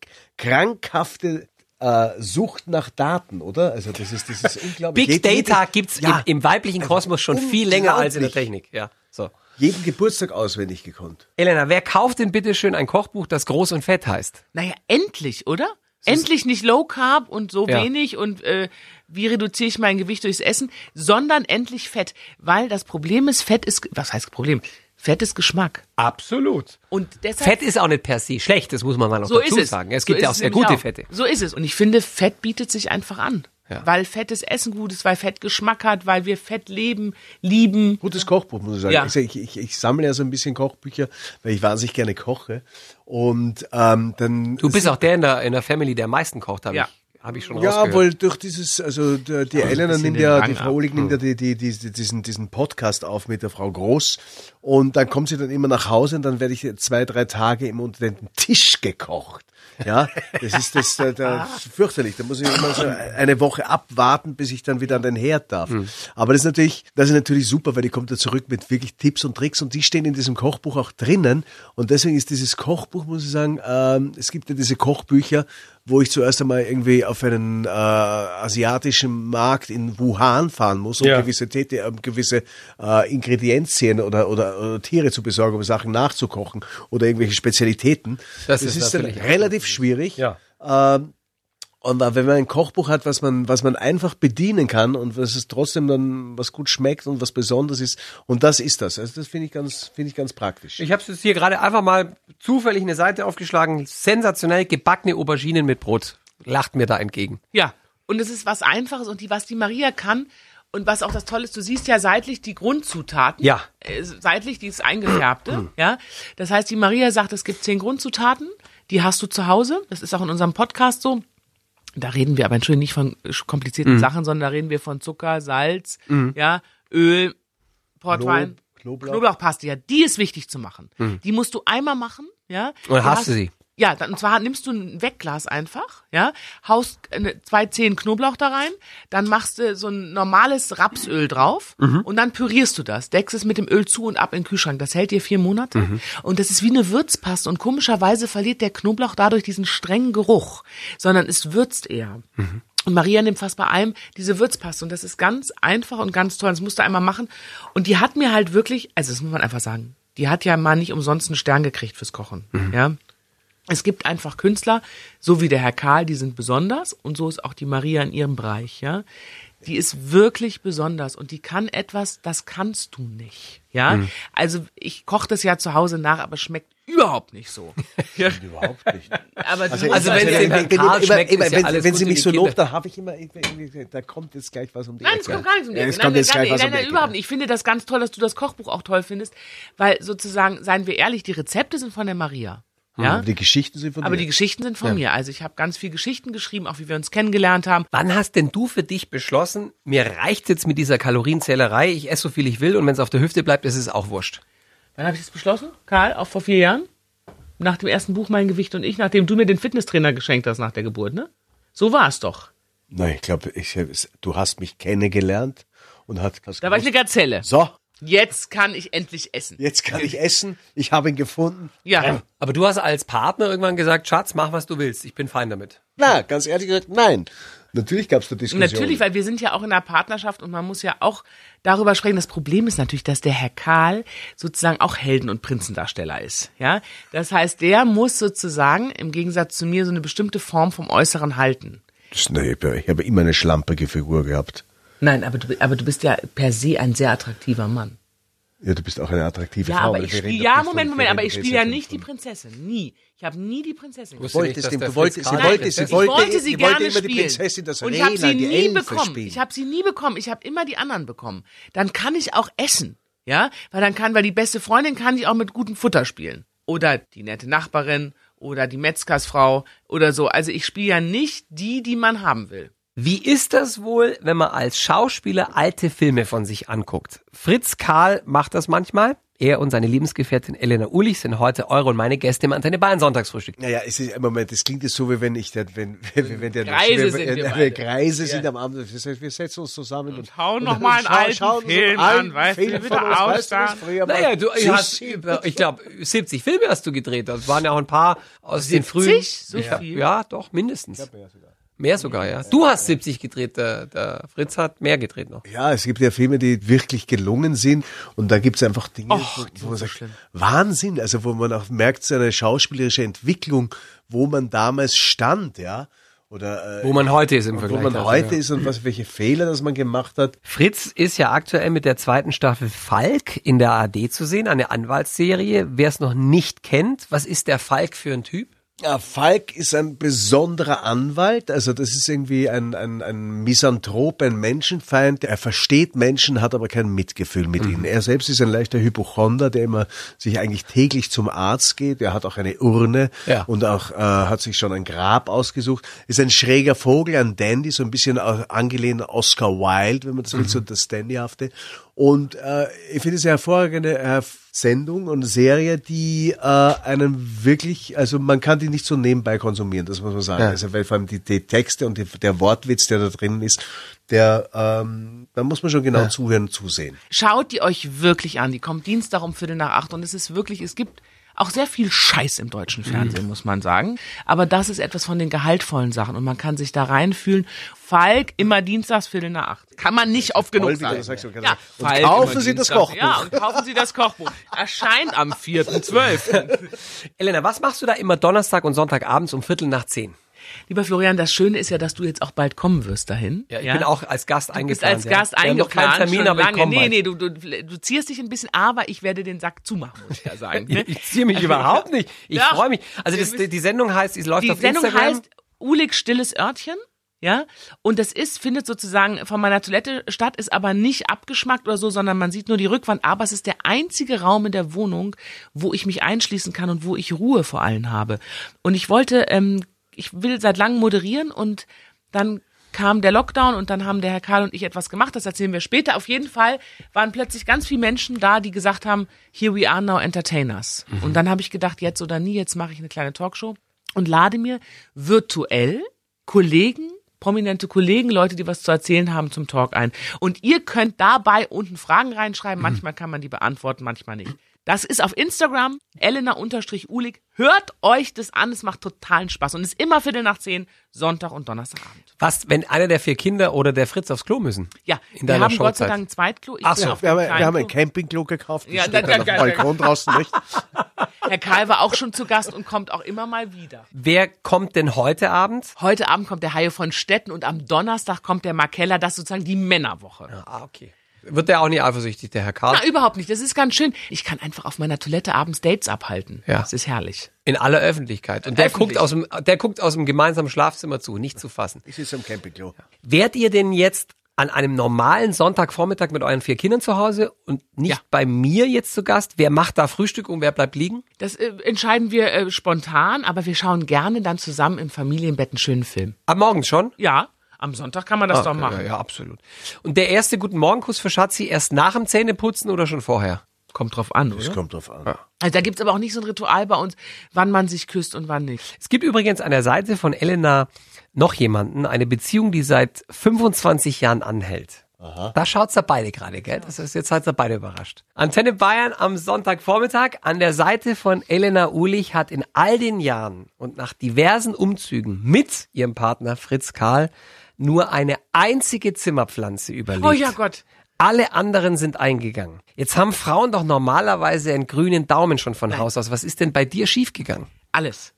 [SPEAKER 3] krankhafte äh, Sucht nach Daten, oder? Also das ist, das ist unglaublich.
[SPEAKER 1] Big
[SPEAKER 3] Jeden-
[SPEAKER 1] Data gibt's
[SPEAKER 3] Ja.
[SPEAKER 1] im, im weiblichen Kosmos schon viel länger als in der
[SPEAKER 3] unglaublich.
[SPEAKER 1] Technik. Ja, so.
[SPEAKER 3] jeden Geburtstag auswendig gekonnt.
[SPEAKER 1] Elena, wer kauft denn bitte schön ein Kochbuch, das groß und fett heißt?
[SPEAKER 2] Naja, endlich, oder? Endlich nicht Low Carb und so
[SPEAKER 1] Ja.
[SPEAKER 2] wenig und äh, wie reduziere ich mein Gewicht durchs Essen, sondern endlich Fett. Weil das Problem ist, Fett ist, was heißt Problem? Fett ist Geschmack.
[SPEAKER 1] Absolut.
[SPEAKER 2] Und deshalb,
[SPEAKER 1] Fett ist auch nicht per se schlecht, das muss man mal noch
[SPEAKER 2] so
[SPEAKER 1] dazu
[SPEAKER 2] ist es.
[SPEAKER 1] sagen. Es
[SPEAKER 2] So
[SPEAKER 1] gibt
[SPEAKER 2] ist
[SPEAKER 1] ja auch sehr
[SPEAKER 2] nämlich
[SPEAKER 1] gute Fette.
[SPEAKER 2] So ist es. Und ich finde, Fett bietet sich einfach an.
[SPEAKER 1] Ja.
[SPEAKER 2] Weil fettes Essen gut ist, weil Fett Geschmack hat, weil wir Fett leben, lieben.
[SPEAKER 3] Gutes Kochbuch, muss ich sagen.
[SPEAKER 2] Ja.
[SPEAKER 3] Also Ich, ich, ich sammle ja so ein bisschen Kochbücher, weil ich wahnsinnig gerne koche. Und ähm, dann
[SPEAKER 1] Du bist auch der in der, in der Family, der am meisten kocht, habe
[SPEAKER 2] Ja.
[SPEAKER 1] ich, hab ich schon
[SPEAKER 3] Ja,
[SPEAKER 1] rausgehört.
[SPEAKER 3] weil durch dieses, also der, die Elena
[SPEAKER 2] bisschen
[SPEAKER 3] nimmt
[SPEAKER 2] den
[SPEAKER 3] ja,
[SPEAKER 2] Rang
[SPEAKER 3] die Frau Olig nimmt ja die, die, die, diesen, diesen Podcast auf mit der Frau Groß und dann kommt sie dann immer nach Hause und dann werde ich zwei, drei Tage immer unter den Tisch gekocht. Ja, das ist das, äh, da- fürchterlich. Da muss ich immer so eine Woche abwarten, bis ich dann wieder an den Herd darf. Aber das ist natürlich, das ist natürlich super, weil die kommt da zurück mit wirklich Tipps und Tricks und die stehen in diesem Kochbuch auch drinnen. Und deswegen ist dieses Kochbuch, muss ich sagen, ähm, es gibt ja diese Kochbücher, wo ich zuerst einmal irgendwie auf einen äh, asiatischen Markt in Wuhan fahren muss, um
[SPEAKER 1] Ja.
[SPEAKER 3] gewisse, Täti äh, gewisse äh, Ingredienzien oder, oder, oder Tiere zu besorgen, um Sachen nachzukochen oder irgendwelche Spezialitäten.
[SPEAKER 1] Das
[SPEAKER 3] Das,
[SPEAKER 1] ist
[SPEAKER 3] ist, dann
[SPEAKER 1] natürlich
[SPEAKER 3] relativ schwierig.
[SPEAKER 1] Ja.
[SPEAKER 3] Ähm, und da- wenn man ein Kochbuch hat, was man, was man einfach bedienen kann und was es trotzdem dann was gut schmeckt und was besonders ist, und das ist das. Also das finde ich ganz, finde ich ganz praktisch.
[SPEAKER 1] Ich habe jetzt hier gerade einfach mal zufällig eine Seite aufgeschlagen. Sensationell gebackene Auberginen mit Brot. Lacht mir da entgegen.
[SPEAKER 2] Ja. Und es ist was Einfaches und die, was die Maria kann und was auch das Tolle ist, du siehst ja seitlich die Grundzutaten.
[SPEAKER 1] Ja.
[SPEAKER 2] Äh, Seitlich dieses eingefärbte. ja. Das heißt, die Maria sagt, es gibt zehn Grundzutaten, die hast du zu Hause. Das ist auch in unserem Podcast so. Da reden wir aber entschuldigung nicht von äh,
[SPEAKER 1] Mhm.
[SPEAKER 2] komplizierten Sachen, sondern da reden wir von Zucker, Salz, ja, Öl, Portwein.
[SPEAKER 3] Klo- Knoblauch.
[SPEAKER 2] Knoblauchpaste, ja, die ist wichtig zu machen. Die musst du einmal machen, ja.
[SPEAKER 1] Und
[SPEAKER 2] Du
[SPEAKER 1] Mhm. hast
[SPEAKER 2] hast-
[SPEAKER 1] du sie?
[SPEAKER 2] Ja, dann, und zwar nimmst du ein Wegglas einfach, ja, haust eine, zwei Zehen Knoblauch da rein, dann machst du so ein normales Rapsöl drauf und dann pürierst du das, deckst es mit dem Öl zu und ab in den Kühlschrank. Das hält dir vier Monate und das ist wie eine Würzpaste und komischerweise verliert der Knoblauch dadurch diesen strengen Geruch, sondern es würzt eher. Und Maria nimmt fast bei allem diese Würzpaste und das ist ganz einfach und ganz toll. Das musst du einmal machen. Und die hat mir halt wirklich, also das muss man einfach sagen, die hat ja mal nicht umsonst einen Stern gekriegt fürs Kochen. Ja, es gibt einfach Künstler, so wie der Herr Karl, die sind besonders und so ist auch die Maria in ihrem Bereich, ja. Die ist wirklich besonders und die kann etwas, das kannst du nicht, ja.
[SPEAKER 3] Mhm.
[SPEAKER 2] Also ich koche das ja zu Hause nach, aber es schmeckt überhaupt nicht so.
[SPEAKER 3] Überhaupt nicht.
[SPEAKER 2] Aber du musst
[SPEAKER 1] also wenn
[SPEAKER 2] das-
[SPEAKER 1] sie- wenn- Karl schmeckt, ist ja
[SPEAKER 3] wenn,
[SPEAKER 1] alles
[SPEAKER 3] wenn
[SPEAKER 1] gut
[SPEAKER 3] sie
[SPEAKER 1] für
[SPEAKER 3] mich
[SPEAKER 1] die
[SPEAKER 3] so
[SPEAKER 1] Kinder.
[SPEAKER 3] lobt, da habe ich immer irgendwie, irgendwie, da kommt jetzt gleich was um die
[SPEAKER 2] Nein, es
[SPEAKER 3] Ecke.
[SPEAKER 2] kommt gar nicht um die
[SPEAKER 3] Ja,
[SPEAKER 2] Ecke.
[SPEAKER 3] es kommt jetzt
[SPEAKER 2] nein,
[SPEAKER 3] gleich
[SPEAKER 2] nein,
[SPEAKER 3] was
[SPEAKER 2] nein,
[SPEAKER 3] um die
[SPEAKER 2] nein,
[SPEAKER 3] Ecke.
[SPEAKER 2] überhaupt nicht. Ich finde das ganz toll, dass du das Kochbuch auch toll findest, weil sozusagen, seien wir ehrlich, die Rezepte sind von der Maria. Ja?
[SPEAKER 3] Aber Mhm, Die Geschichten sind von
[SPEAKER 2] Aber
[SPEAKER 3] dir.
[SPEAKER 2] die Geschichten sind von mir. Also ich habe ganz viel Geschichten geschrieben, auch wie wir uns kennengelernt haben.
[SPEAKER 1] Wann hast denn du für dich beschlossen, mir reicht jetzt mit dieser Kalorienzählerei, ich esse so viel ich will und wenn es auf der Hüfte bleibt, ist es auch wurscht.
[SPEAKER 2] Wann habe ich das beschlossen? Karl, auch vor vier Jahren? Nach dem ersten Buch Mein Gewicht und ich, nachdem du mir den Fitnesstrainer geschenkt hast nach der Geburt, ne? So war es doch.
[SPEAKER 3] Nein, ich glaube, ich, du hast mich kennengelernt und hat was
[SPEAKER 2] Da war ich eine
[SPEAKER 3] gewusst.
[SPEAKER 2] Gazelle.
[SPEAKER 3] So,
[SPEAKER 2] Jetzt kann ich endlich essen.
[SPEAKER 3] jetzt kann ich essen. Ich habe ihn gefunden. Ähm,
[SPEAKER 2] Ja.
[SPEAKER 1] Aber du hast als Partner irgendwann gesagt, Schatz, mach was du willst, ich bin fein damit.
[SPEAKER 3] Na, ganz ehrlich gesagt, nein. Natürlich gab es da Diskussionen.
[SPEAKER 2] Natürlich, weil wir sind ja auch in einer Partnerschaft und man muss ja auch darüber sprechen. Das Problem ist natürlich, dass der Herr Karl sozusagen auch Helden- und Prinzendarsteller ist. Ja, das heißt, der muss sozusagen im Gegensatz zu mir so eine bestimmte Form vom Äußeren halten.
[SPEAKER 3] Snape, ich habe immer eine schlampige Figur gehabt.
[SPEAKER 2] Nein, aber du, aber du bist ja per se ein sehr attraktiver Mann.
[SPEAKER 3] Ja, du bist auch eine attraktive
[SPEAKER 2] Ja,
[SPEAKER 3] Frau.
[SPEAKER 2] aber
[SPEAKER 3] Genau, weil
[SPEAKER 2] ich
[SPEAKER 3] wir reden
[SPEAKER 2] spiele
[SPEAKER 3] doch
[SPEAKER 2] ja
[SPEAKER 3] nicht von-
[SPEAKER 2] Moment, Moment,
[SPEAKER 3] wir
[SPEAKER 2] aber
[SPEAKER 3] reden
[SPEAKER 2] ich
[SPEAKER 3] doch
[SPEAKER 2] spiele ja
[SPEAKER 3] von-
[SPEAKER 2] nicht die Prinzessin, nie. Ich habe nie die Prinzessin. gespielt.
[SPEAKER 1] Wusste nicht, dass
[SPEAKER 3] Wolltest du,
[SPEAKER 1] der
[SPEAKER 3] du wolltest,
[SPEAKER 1] Fritz
[SPEAKER 3] sie
[SPEAKER 1] Kahn
[SPEAKER 3] wollte,
[SPEAKER 1] ist.
[SPEAKER 3] sie
[SPEAKER 2] Ich
[SPEAKER 3] wollte,
[SPEAKER 2] wollte sie
[SPEAKER 3] sie
[SPEAKER 2] gerne
[SPEAKER 3] wollte immer die
[SPEAKER 2] spielen.
[SPEAKER 3] Prinzessin, das
[SPEAKER 2] und ich habe
[SPEAKER 3] Rena,
[SPEAKER 2] sie
[SPEAKER 3] die
[SPEAKER 2] nie
[SPEAKER 3] Elfe
[SPEAKER 2] bekommen.
[SPEAKER 3] spielen.
[SPEAKER 2] Ich habe sie nie bekommen. Ich habe immer die anderen bekommen. Dann kann ich auch essen, ja, weil dann kann, weil die beste Freundin kann ich auch mit gutem Futter spielen oder die nette Nachbarin oder die Metzgersfrau oder so. Also ich spiele ja nicht die, die man haben will.
[SPEAKER 1] Wie ist das wohl, wenn man als Schauspieler alte Filme von sich anguckt? Fritz Karl macht das manchmal. Er und seine Lebensgefährtin Elena Ulich sind heute eure und meine Gäste im Antenne Bayern Sonntagsfrühstück.
[SPEAKER 3] Naja, es ist, Moment, das klingt jetzt so, wie wenn ich der, wenn, wenn, wenn der,
[SPEAKER 2] Greise
[SPEAKER 3] wenn,
[SPEAKER 2] sind
[SPEAKER 3] wenn,
[SPEAKER 2] wir
[SPEAKER 3] wenn
[SPEAKER 2] beide.
[SPEAKER 3] Greise sind am Abend, das heißt, wir setzen uns zusammen und, und
[SPEAKER 2] hauen noch mal einen alten Film an, weißt du, wie der aussah.
[SPEAKER 1] Naja, du
[SPEAKER 3] ich
[SPEAKER 1] hast, über- ich glaube, 70 Filme hast du gedreht. Das waren ja auch ein paar aus den frühen.
[SPEAKER 2] 70? So
[SPEAKER 1] ja,
[SPEAKER 2] viel?
[SPEAKER 1] ja, doch, mindestens. Mehr sogar, ja. Du hast 70 gedreht, der, der Fritz hat mehr gedreht noch.
[SPEAKER 3] Ja, es gibt ja Filme, die wirklich gelungen sind und da gibt's einfach Dinge,
[SPEAKER 2] Och, die
[SPEAKER 3] wo, wo man
[SPEAKER 2] sind so
[SPEAKER 3] sagt,
[SPEAKER 2] schlimm.
[SPEAKER 3] Wahnsinn, also wo man auch merkt, seine schauspielerische Entwicklung, wo man damals stand, ja, oder äh,
[SPEAKER 1] Wo man heute ist im
[SPEAKER 3] wo
[SPEAKER 1] Vergleich.
[SPEAKER 3] man
[SPEAKER 1] also,
[SPEAKER 3] heute
[SPEAKER 1] ja.
[SPEAKER 3] ist und was, welche Fehler, dass man gemacht hat.
[SPEAKER 1] Fritz ist ja aktuell mit der zweiten Staffel Falk in der ARD zu sehen, eine Anwaltsserie. Wer es noch nicht kennt, was ist der Falk für ein Typ?
[SPEAKER 3] Ja, Ah, Falk ist ein besonderer Anwalt, also das ist irgendwie ein, ein, ein Misanthrop, ein Menschenfeind. Er versteht Menschen, hat aber kein Mitgefühl
[SPEAKER 1] Mhm.
[SPEAKER 3] mit ihnen. Er selbst ist ein leichter Hypochonder, der immer sich eigentlich täglich zum Arzt geht. Er hat auch eine Urne
[SPEAKER 1] Ja.
[SPEAKER 3] und auch äh, hat sich schon ein Grab ausgesucht. Ist ein schräger Vogel, ein Dandy, so ein bisschen au- angelehnt an Oscar Wilde, wenn man das will, so das Dandyhafte. Und äh, ich finde es eine hervorragende äh, Sendung und Serie, die äh, einen wirklich, also man kann die nicht so nebenbei konsumieren, das muss man sagen. Also weil vor allem die, die Texte und die, der Wortwitz, der da drin ist, der, ähm, da muss man schon genau zuhören, zusehen.
[SPEAKER 2] Schaut die euch wirklich an. Die kommt Dienstag um Viertel nach acht und es ist wirklich, es gibt auch sehr viel Scheiß im deutschen
[SPEAKER 1] Mhm.
[SPEAKER 2] Fernsehen, muss man sagen. Aber das ist etwas von den gehaltvollen Sachen und man kann sich da reinfühlen. Falk immer Dienstags Viertel nach acht. Kann man nicht oft genug
[SPEAKER 3] Voll, wie du
[SPEAKER 2] sagen.
[SPEAKER 3] das sagst, man kann
[SPEAKER 2] ja,
[SPEAKER 3] sagen, und
[SPEAKER 2] Falk
[SPEAKER 3] kaufen
[SPEAKER 2] immer
[SPEAKER 3] Sie das
[SPEAKER 2] Dienstags.
[SPEAKER 3] Kochbuch.
[SPEAKER 2] Ja, und kaufen Sie das Kochbuch. Erscheint am 4.12.
[SPEAKER 1] Elena, was machst du da immer Donnerstag und Sonntagabends um Viertel nach zehn?
[SPEAKER 2] Lieber Florian, das Schöne ist ja, dass du jetzt auch bald kommen wirst dahin.
[SPEAKER 1] Ja, ich bin auch als Gast
[SPEAKER 2] Du bist
[SPEAKER 1] eingeplant.
[SPEAKER 2] als Gast
[SPEAKER 1] ja. Wir haben
[SPEAKER 2] eingeplant.
[SPEAKER 1] Noch keinen Termin,
[SPEAKER 2] schon
[SPEAKER 1] aber ich
[SPEAKER 2] lange.
[SPEAKER 1] komme
[SPEAKER 2] Nee, nee, du, du, du ziehst dich ein bisschen, aber ich werde den Sack zumachen, muss ich ja sagen. ne?
[SPEAKER 1] bald. Ich ziehe mich überhaupt nicht. Ich
[SPEAKER 2] Doch.
[SPEAKER 1] freue mich. Also
[SPEAKER 2] Wir
[SPEAKER 1] das,
[SPEAKER 2] müssen-
[SPEAKER 1] die Sendung heißt, es läuft
[SPEAKER 2] die
[SPEAKER 1] auf
[SPEAKER 2] Sendung
[SPEAKER 1] Instagram.
[SPEAKER 2] heißt Ulig stilles Örtchen. Ja, und das ist, findet sozusagen von meiner Toilette statt, ist aber nicht abgeschmackt oder so, sondern man sieht nur die Rückwand. Aber es ist der einzige Raum in der Wohnung, wo ich mich einschließen kann und wo ich Ruhe vor allem habe. Und ich wollte, ähm, ich will seit langem moderieren und dann kam der Lockdown und dann haben der Herr Karl und ich etwas gemacht, das erzählen wir später. Auf jeden Fall waren plötzlich ganz viele Menschen da, die gesagt haben, here we are now entertainers.
[SPEAKER 1] Mhm.
[SPEAKER 2] Und dann habe ich gedacht, jetzt oder nie, jetzt mache ich eine kleine Talkshow und lade mir virtuell Kollegen, prominente Kollegen, Leute, die was zu erzählen haben, zum Talk ein. Und ihr könnt dabei unten Fragen
[SPEAKER 1] Mhm.
[SPEAKER 2] reinschreiben. Manchmal kann man die beantworten, manchmal nicht. Das ist auf Instagram, Elena-Ulig. Hört euch das an, es macht totalen Spaß und ist immer Viertel nach zehn, Sonntag und Donnerstagabend.
[SPEAKER 1] Was, wenn einer der vier Kinder oder der Fritz aufs Klo müssen?
[SPEAKER 2] Ja,
[SPEAKER 1] In
[SPEAKER 2] wir
[SPEAKER 1] deiner
[SPEAKER 2] haben Gott sei
[SPEAKER 1] Showzeit.
[SPEAKER 2] Dank ein Zweitklo. Ich
[SPEAKER 1] Ach
[SPEAKER 2] bin
[SPEAKER 1] so,
[SPEAKER 2] auf
[SPEAKER 3] Wir
[SPEAKER 2] dem
[SPEAKER 3] haben, ein- wir haben ein
[SPEAKER 2] Klo.
[SPEAKER 3] Campingklo gekauft, das
[SPEAKER 2] Ja,
[SPEAKER 3] steht
[SPEAKER 2] da-
[SPEAKER 3] dann
[SPEAKER 2] da-
[SPEAKER 3] auf
[SPEAKER 2] da-
[SPEAKER 3] dem Balkon draußen, nicht?
[SPEAKER 2] Herr Karl war auch schon zu Gast und kommt auch immer mal wieder.
[SPEAKER 1] Wer kommt denn heute Abend?
[SPEAKER 2] Heute Abend kommt der Haie von Stetten und am Donnerstag kommt der Markella. Das ist sozusagen die Männerwoche.
[SPEAKER 1] Ah, okay. Wird der auch nicht eifersüchtig, der Herr Karl?
[SPEAKER 2] Na, Ah, überhaupt nicht. Das ist ganz schön. Ich kann einfach auf meiner Toilette abends Dates abhalten.
[SPEAKER 1] Ja.
[SPEAKER 2] Das ist herrlich.
[SPEAKER 1] In aller Öffentlichkeit. Und der
[SPEAKER 2] Öffentlich.
[SPEAKER 1] guckt, aus dem, der guckt aus dem gemeinsamen Schlafzimmer zu, nicht zu fassen.
[SPEAKER 3] Ich sitze im Campingklo.
[SPEAKER 1] Wärt ihr denn jetzt an einem normalen Sonntagvormittag mit euren vier Kindern zu Hause und nicht
[SPEAKER 2] Ja.
[SPEAKER 1] bei mir jetzt zu Gast? Wer macht da Frühstück und wer bleibt liegen?
[SPEAKER 2] Das äh, entscheiden wir äh, spontan, aber wir schauen gerne dann zusammen im Familienbett einen schönen Film.
[SPEAKER 1] Am Morgen schon?
[SPEAKER 2] Ja, am Sonntag kann man das doch machen.
[SPEAKER 1] Ja, ja, absolut. Und der erste Guten Morgenkuss für Schatzi erst nach dem Zähneputzen oder schon vorher?
[SPEAKER 2] Kommt drauf an, oder?
[SPEAKER 3] Das kommt drauf an.
[SPEAKER 2] Also da gibt's aber auch nicht so ein Ritual bei uns, wann man sich küsst und wann nicht.
[SPEAKER 1] Es gibt übrigens an der Seite von Elena noch jemanden, eine Beziehung, die seit 25 Jahren anhält. Da schaut's da beide gerade, gell? Das ist jetzt halt da beide überrascht. Antenne Bayern am Sonntagvormittag an der Seite von Elena Ulich hat in all den Jahren und nach diversen Umzügen mit ihrem Partner Fritz Karl nur eine einzige Zimmerpflanze überlebt.
[SPEAKER 2] Oh ja Gott.
[SPEAKER 1] Alle anderen sind eingegangen. Jetzt haben Frauen doch normalerweise einen grünen Daumen schon von Haus aus. Was ist denn bei dir schiefgegangen?
[SPEAKER 2] Alles.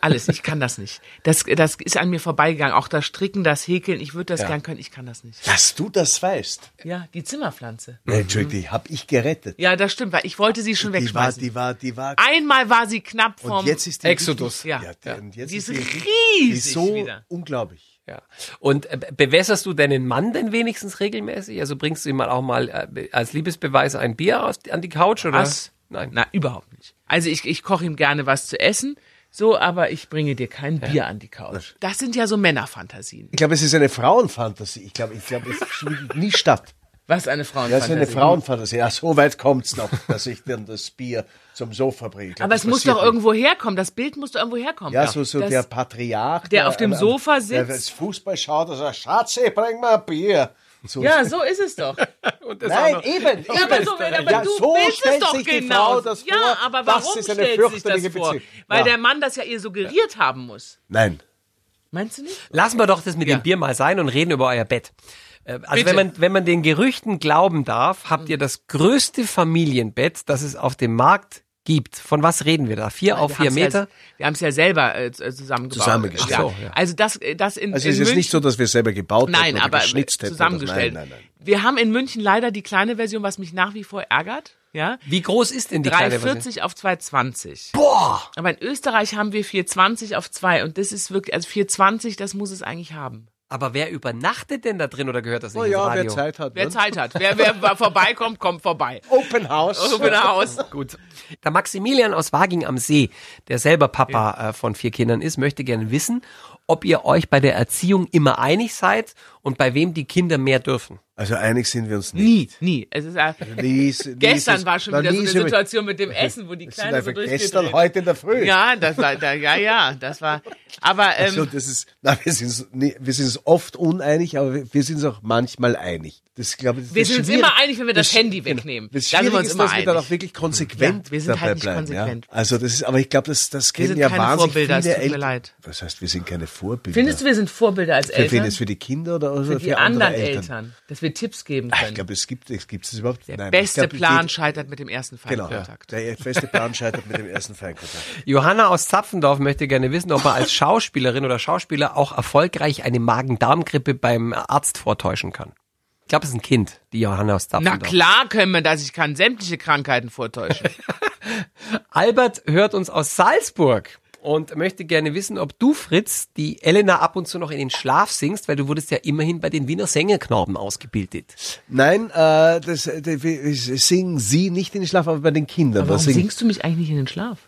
[SPEAKER 2] Alles. Ich kann das nicht. Das, das ist an mir vorbeigegangen. Auch das Stricken, das Häkeln. Ich würde das gern können. Ich kann das nicht.
[SPEAKER 3] Dass du das weißt.
[SPEAKER 2] Ja, die Zimmerpflanze.
[SPEAKER 3] Nee, Entschuldigung, die habe ich gerettet.
[SPEAKER 2] Ja, das stimmt, weil ich wollte sie schon
[SPEAKER 3] Die war,
[SPEAKER 2] wegschmeißen.
[SPEAKER 3] die war, die war.
[SPEAKER 2] Einmal war sie knapp vom.
[SPEAKER 3] Und jetzt ist die
[SPEAKER 1] Exodus.
[SPEAKER 3] richtig-
[SPEAKER 2] Ja.
[SPEAKER 3] Ja, die, und jetzt
[SPEAKER 2] Die ist
[SPEAKER 3] richtig-
[SPEAKER 2] riesig
[SPEAKER 3] Die ist so
[SPEAKER 2] wieder.
[SPEAKER 3] unglaublich.
[SPEAKER 1] Ja. Und äh, be- bewässerst du deinen Mann denn wenigstens regelmäßig? Also bringst du ihm mal auch mal äh, be- als Liebesbeweis ein Bier auf, an die Couch oder?
[SPEAKER 2] was?
[SPEAKER 1] Nein.
[SPEAKER 2] Na, überhaupt nicht. Also ich, ich koche ihm gerne was zu essen, so, aber ich bringe dir kein Bier an die Couch. Das sind ja so Männerfantasien.
[SPEAKER 3] Ich glaube, es ist eine Frauenfantasie. Ich glaube, ich glaube, es findet nie statt.
[SPEAKER 2] Was eine
[SPEAKER 3] Das ist
[SPEAKER 2] Frauenfantasie.
[SPEAKER 3] eine Frauenfantasie. Ja, so weit kommt's noch, dass ich dann das Bier zum Sofa bringe. Ich glaub,
[SPEAKER 2] aber
[SPEAKER 3] das
[SPEAKER 2] es muss
[SPEAKER 3] passiert
[SPEAKER 2] doch
[SPEAKER 3] nicht.
[SPEAKER 2] irgendwo herkommen. Das Bild muss doch irgendwo herkommen.
[SPEAKER 3] Ja, so, so
[SPEAKER 2] das,
[SPEAKER 3] der Patriarch.
[SPEAKER 2] der auf dem
[SPEAKER 3] am- am- Der
[SPEAKER 2] Sofa sitzt.
[SPEAKER 3] das Fußball schaut und sagt, Schatz, ich bring mal ein Bier. So
[SPEAKER 2] Ja, so ist es doch.
[SPEAKER 3] Nein, eben,
[SPEAKER 2] Ja, aber
[SPEAKER 3] eben.
[SPEAKER 2] so, aber
[SPEAKER 3] ja,
[SPEAKER 2] du
[SPEAKER 3] so
[SPEAKER 2] willst
[SPEAKER 3] stellt
[SPEAKER 2] es doch
[SPEAKER 3] sich die
[SPEAKER 2] genau.
[SPEAKER 3] Frau das vor.
[SPEAKER 2] ja, aber warum
[SPEAKER 3] das ist eine
[SPEAKER 2] stellt sich das
[SPEAKER 3] fürchterliche
[SPEAKER 2] vor?
[SPEAKER 3] Beziehung.
[SPEAKER 2] Weil
[SPEAKER 3] ja.
[SPEAKER 2] der Mann das ja ihr suggeriert haben muss.
[SPEAKER 3] Nein.
[SPEAKER 2] Meinst du nicht?
[SPEAKER 1] Lassen wir doch das mit
[SPEAKER 2] Ja.
[SPEAKER 1] dem Bier mal sein und reden über euer Bett. Äh, Also
[SPEAKER 2] Bitte.
[SPEAKER 1] wenn man, wenn man den Gerüchten glauben darf, habt
[SPEAKER 3] Mhm.
[SPEAKER 1] ihr das größte Familienbett, das es auf dem Markt gibt. Von was reden wir da? Vier auf
[SPEAKER 2] Wir
[SPEAKER 1] vier
[SPEAKER 2] haben's ja-
[SPEAKER 1] Meter?
[SPEAKER 2] wir haben es ja selber äh, z- äh, zusammengebaut.
[SPEAKER 3] Zusammengestellt.
[SPEAKER 2] Ja.
[SPEAKER 1] Ach so, ja.
[SPEAKER 2] Also das, äh, das in,
[SPEAKER 3] Also
[SPEAKER 2] in
[SPEAKER 3] es ist
[SPEAKER 2] München,
[SPEAKER 3] nicht so, dass wir selber gebaut
[SPEAKER 2] nein,
[SPEAKER 3] hätten oder
[SPEAKER 2] aber äh,
[SPEAKER 3] geschnitzt hätten. oder-
[SPEAKER 2] zusammengestellt.
[SPEAKER 3] Nein, nein, nein.
[SPEAKER 2] Wir haben in München leider die kleine Version, was mich nach wie vor ärgert. Ja,
[SPEAKER 1] Wie groß ist denn die kleine Version?
[SPEAKER 2] 340 auf 220. Boah! Aber in Österreich haben wir 420 auf 2 und das ist wirklich, also 420, das muss es eigentlich haben.
[SPEAKER 1] Aber wer übernachtet denn da drin oder gehört das nicht
[SPEAKER 3] Oh
[SPEAKER 1] ins
[SPEAKER 3] ja,
[SPEAKER 1] Radio?
[SPEAKER 3] wer Zeit hat.
[SPEAKER 2] Wer
[SPEAKER 3] ne?
[SPEAKER 2] Zeit hat, wer, wer vorbeikommt, kommt vorbei. Also
[SPEAKER 3] Open House.
[SPEAKER 2] Open House.
[SPEAKER 1] Gut. Der Maximilian aus Waging am See, der selber Papa äh, von vier Kindern ist, möchte gerne wissen, ob ihr euch bei der Erziehung immer einig seid und bei wem die Kinder mehr dürfen.
[SPEAKER 3] Also einig sind wir uns nicht.
[SPEAKER 2] Nie, nie. Es ist, äh,
[SPEAKER 3] Nie ist- nie ist
[SPEAKER 2] gestern
[SPEAKER 3] es-
[SPEAKER 2] war schon
[SPEAKER 3] na,
[SPEAKER 2] wieder
[SPEAKER 3] nie
[SPEAKER 2] so eine
[SPEAKER 3] ist es-
[SPEAKER 2] Situation mit dem Essen, wo die
[SPEAKER 3] Das sind
[SPEAKER 2] Kleine so
[SPEAKER 3] einfach
[SPEAKER 2] durchgedreht
[SPEAKER 3] gestern, heute in der Früh.
[SPEAKER 2] Ja, das war, da, ja, ja, das war, aber, ähm,
[SPEAKER 3] So, das ist, na, wir sind nee, wir sind oft uneinig, aber wir, wir sind uns auch manchmal einig. Das, glaube ich, das
[SPEAKER 2] wir sind uns
[SPEAKER 3] Schwierige-
[SPEAKER 2] immer einig, wenn wir das
[SPEAKER 3] Sch-
[SPEAKER 2] Handy wegnehmen.
[SPEAKER 3] Das
[SPEAKER 2] da sind
[SPEAKER 3] Schwierige
[SPEAKER 2] wir uns
[SPEAKER 3] ist,
[SPEAKER 2] immer
[SPEAKER 3] dass wir dann
[SPEAKER 2] einig.
[SPEAKER 3] auch wirklich konsequent
[SPEAKER 2] Ja, wir sind
[SPEAKER 3] dabei
[SPEAKER 2] halt nicht
[SPEAKER 3] bleiben.
[SPEAKER 2] konsequent.
[SPEAKER 3] Ja. Also das ist, aber ich glaube, das, das kennen
[SPEAKER 2] sind
[SPEAKER 3] ja
[SPEAKER 2] keine
[SPEAKER 3] wahnsinnig
[SPEAKER 2] Vorbilder, es
[SPEAKER 3] viele
[SPEAKER 2] tut mir
[SPEAKER 3] Eltern.
[SPEAKER 2] leid.
[SPEAKER 3] Was heißt, wir sind keine Vorbilder?
[SPEAKER 2] Findest du, wir sind Vorbilder als
[SPEAKER 3] für wen
[SPEAKER 2] Eltern?
[SPEAKER 3] ist für die Kinder oder oder für,
[SPEAKER 2] Für die anderen
[SPEAKER 3] andere
[SPEAKER 2] Eltern.
[SPEAKER 3] Eltern?
[SPEAKER 2] dass wir Tipps geben
[SPEAKER 3] Ah, Ich
[SPEAKER 2] können.
[SPEAKER 3] glaube, es gibt es gibt's das überhaupt.
[SPEAKER 2] Der
[SPEAKER 3] Nein,
[SPEAKER 2] beste
[SPEAKER 3] ich glaub,
[SPEAKER 2] Plan
[SPEAKER 3] die-
[SPEAKER 2] scheitert mit dem ersten
[SPEAKER 3] Genau.
[SPEAKER 2] Feindkontakt.
[SPEAKER 3] Der beste Plan scheitert mit dem ersten Feinkontakt.
[SPEAKER 1] Johanna aus Zapfendorf möchte gerne wissen, ob man als Schauspielerin oder Schauspieler auch erfolgreich eine Magen-Darm-Grippe beim Arzt vortäuschen kann. Ich glaube, es ist ein Kind, die Johanna aus
[SPEAKER 2] Na
[SPEAKER 1] Zapfendorf.
[SPEAKER 3] genau.
[SPEAKER 2] klar können wir das, ich kann sämtliche Krankheiten vortäuschen.
[SPEAKER 1] Albert hört uns aus Salzburg und möchte gerne wissen, ob du, Fritz, die Elena ab und zu noch in den Schlaf singst, weil du wurdest ja immerhin bei den Wiener Sängerknaben ausgebildet.
[SPEAKER 3] Nein, äh, das, äh, die- wir- wir singen sie nicht in den Schlaf, aber bei den Kindern.
[SPEAKER 2] Warum
[SPEAKER 3] Da singen-
[SPEAKER 2] singst du mich eigentlich nicht in den Schlaf?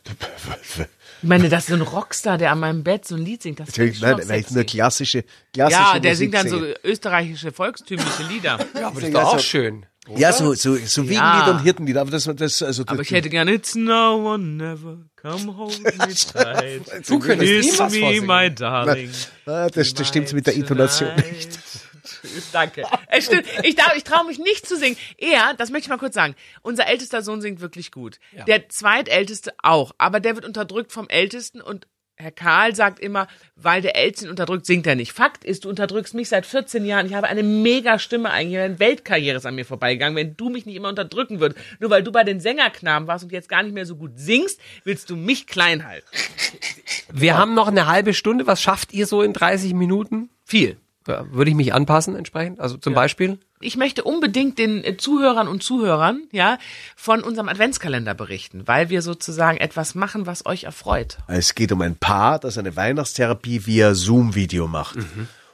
[SPEAKER 2] Ich meine, dass so ein Rockstar, der an meinem Bett so ein Lied singt, das finde ich
[SPEAKER 3] Natürlich,
[SPEAKER 2] schon
[SPEAKER 3] nein,
[SPEAKER 2] auch
[SPEAKER 3] weil ich
[SPEAKER 2] sexy.
[SPEAKER 3] nur klassische, klassische
[SPEAKER 2] Ja, der
[SPEAKER 3] Musik
[SPEAKER 2] singt dann so
[SPEAKER 3] singe.
[SPEAKER 2] österreichische volkstümliche Lieder.
[SPEAKER 1] Ja, aber
[SPEAKER 3] das ist doch auch
[SPEAKER 1] schön.
[SPEAKER 3] Ja, so, so, so Wiegenlieder und Hirtenlieder. Aber das, das, also,
[SPEAKER 2] Aber
[SPEAKER 3] das,
[SPEAKER 2] ich hätte gerne It's no one never come home me tight.
[SPEAKER 1] Du könntest ihm
[SPEAKER 2] Kiss
[SPEAKER 1] eh was
[SPEAKER 2] me my
[SPEAKER 1] vorsingen.
[SPEAKER 2] darling.
[SPEAKER 3] ah, das, das stimmt mit der Intonation
[SPEAKER 2] Tonight.
[SPEAKER 3] nicht.
[SPEAKER 2] Danke. Es stimmt. Ich, darf- ich traue mich nicht zu singen. Er, das möchte ich mal kurz sagen, unser ältester Sohn singt wirklich gut. Der zweitälteste auch, aber der wird unterdrückt vom Ältesten und Herr Karl sagt immer, weil der Älteste ihn unterdrückt, singt er nicht. Fakt ist, du unterdrückst mich seit 14 Jahren. Ich habe eine mega Stimme eigentlich. Eine Weltkarriere ist an mir vorbeigegangen. Wenn du mich nicht immer unterdrücken würdest, nur weil du bei den Sängerknaben warst und jetzt gar nicht mehr so gut singst, willst du mich klein halten.
[SPEAKER 1] Wir haben noch eine halbe Stunde. Was schafft ihr so in 30 Minuten?
[SPEAKER 2] Viel.
[SPEAKER 1] Ja, würde ich mich anpassen entsprechend? Also zum Beispiel?
[SPEAKER 2] ich möchte unbedingt den äh, Zuhörern und Zuhörern ja von unserem Adventskalender berichten, weil wir sozusagen etwas machen, was euch erfreut.
[SPEAKER 3] Es geht um ein Paar, das eine Weihnachtstherapie via Zoom-Video macht.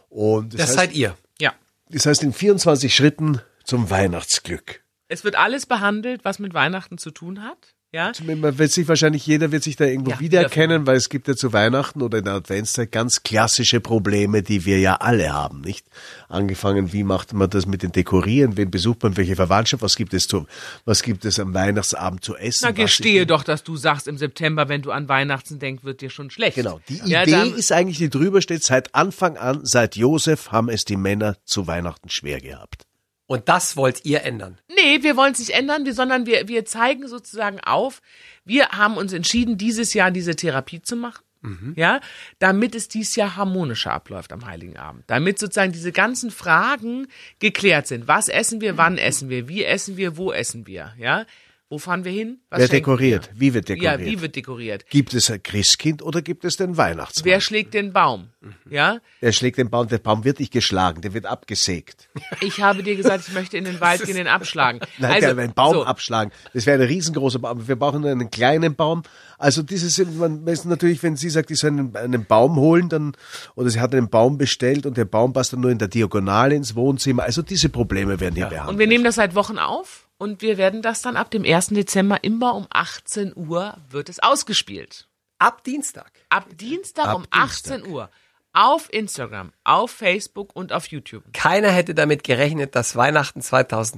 [SPEAKER 3] Und das, heißt,
[SPEAKER 1] ihr.
[SPEAKER 2] Ja.
[SPEAKER 3] das heißt, in 24 Schritten zum Weihnachtsglück.
[SPEAKER 2] Es wird alles behandelt, was mit Weihnachten zu tun hat. Ja.
[SPEAKER 3] Man wird sich wahrscheinlich, jeder wird sich da irgendwo
[SPEAKER 2] Ja,
[SPEAKER 3] wiedererkennen, weil es gibt ja zu Weihnachten oder in der Adventszeit ganz klassische Probleme, die wir ja alle haben, nicht? Angefangen, wie macht man das mit den Dekorieren? Wen besucht man? Welche Verwandtschaft? Was gibt es zum, was gibt es am Weihnachtsabend zu essen?
[SPEAKER 2] Na,
[SPEAKER 3] Was
[SPEAKER 2] gestehe doch, dass du sagst, im September, wenn du an Weihnachten denkst, wird dir schon schlecht.
[SPEAKER 3] Genau, die
[SPEAKER 2] ja,
[SPEAKER 3] Idee
[SPEAKER 2] dann,
[SPEAKER 3] ist eigentlich, die drüber steht, seit Anfang an, seit Josef haben es die Männer zu Weihnachten schwer gehabt.
[SPEAKER 1] Und das wollt ihr ändern.
[SPEAKER 2] Nee, wir wollen es nicht ändern, wir, sondern wir, wir zeigen sozusagen auf, wir haben uns entschieden, dieses Jahr diese Therapie zu machen.
[SPEAKER 3] Mhm.
[SPEAKER 2] Ja, damit es dieses Jahr harmonischer abläuft am Heiligen Abend. Damit sozusagen diese ganzen Fragen geklärt sind. Was essen wir, wann essen wir, wie essen wir, wo essen wir, ja? Wo fahren wir hin? Was
[SPEAKER 3] Wer
[SPEAKER 2] schenken
[SPEAKER 3] dekoriert? Wie wird
[SPEAKER 2] Wir? Ja,
[SPEAKER 3] dekoriert?
[SPEAKER 2] wie wird dekoriert?
[SPEAKER 3] gibt es ein Christkind oder gibt es den Weihnachtsmann?
[SPEAKER 2] Wer schlägt den Baum?
[SPEAKER 3] Mhm.
[SPEAKER 2] Ja?
[SPEAKER 3] Er schlägt den Baum, der Baum wird nicht geschlagen, der wird abgesägt.
[SPEAKER 2] Ich habe dir gesagt, ich möchte in den Wald gehen, den abschlagen. Also,
[SPEAKER 3] Nein, der wird einen Baum
[SPEAKER 2] so.
[SPEAKER 3] abschlagen. Das wäre ein riesengroßer Baum. Wir brauchen nur einen kleinen Baum. Also dieses, sind- man ist natürlich, wenn sie sagt, ich soll einen, einen Baum holen, dann oder sie hat einen Baum bestellt und der Baum passt dann nur in der Diagonale ins Wohnzimmer. Also diese Probleme werden hier
[SPEAKER 2] Und
[SPEAKER 3] behandelt.
[SPEAKER 2] wir nehmen das seit Wochen auf und wir werden das dann ab dem 1. Dezember immer um 18 Uhr wird es ausgespielt.
[SPEAKER 1] Ab Dienstag.
[SPEAKER 2] Ab Dienstag
[SPEAKER 3] Ab
[SPEAKER 2] um 18 Uhr auf Instagram, auf Facebook und auf YouTube.
[SPEAKER 1] Keiner hätte damit gerechnet, dass Weihnachten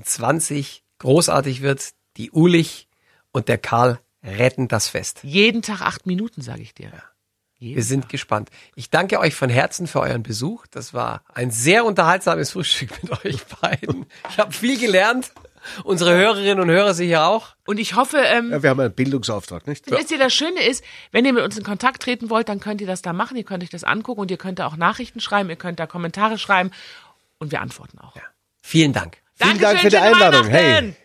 [SPEAKER 1] 2020 großartig wird. Die Ulich und der Karl retten das Fest.
[SPEAKER 2] Jeden Tag acht Minuten, sage ich dir.
[SPEAKER 1] Wir sind gespannt. Ich danke euch von Herzen für euren Besuch. Das war ein sehr unterhaltsames Frühstück mit euch beiden. Ich habe viel gelernt. Unsere Hörerinnen und Hörer sicher auch.
[SPEAKER 2] Und ich hoffe, ähm,
[SPEAKER 3] Ja, wir haben einen Bildungsauftrag, nicht?
[SPEAKER 2] wisst ihr, das Schöne ist, wenn ihr mit uns in Kontakt treten wollt, dann könnt ihr das da machen, ihr könnt euch das angucken und ihr könnt da auch Nachrichten schreiben, ihr könnt da Kommentare schreiben und wir antworten auch.
[SPEAKER 1] Vielen Dank.
[SPEAKER 3] Vielen Dank
[SPEAKER 2] Dankeschön,
[SPEAKER 3] für die
[SPEAKER 2] schöne
[SPEAKER 3] Einladung. Hey.
[SPEAKER 2] Weihnachten!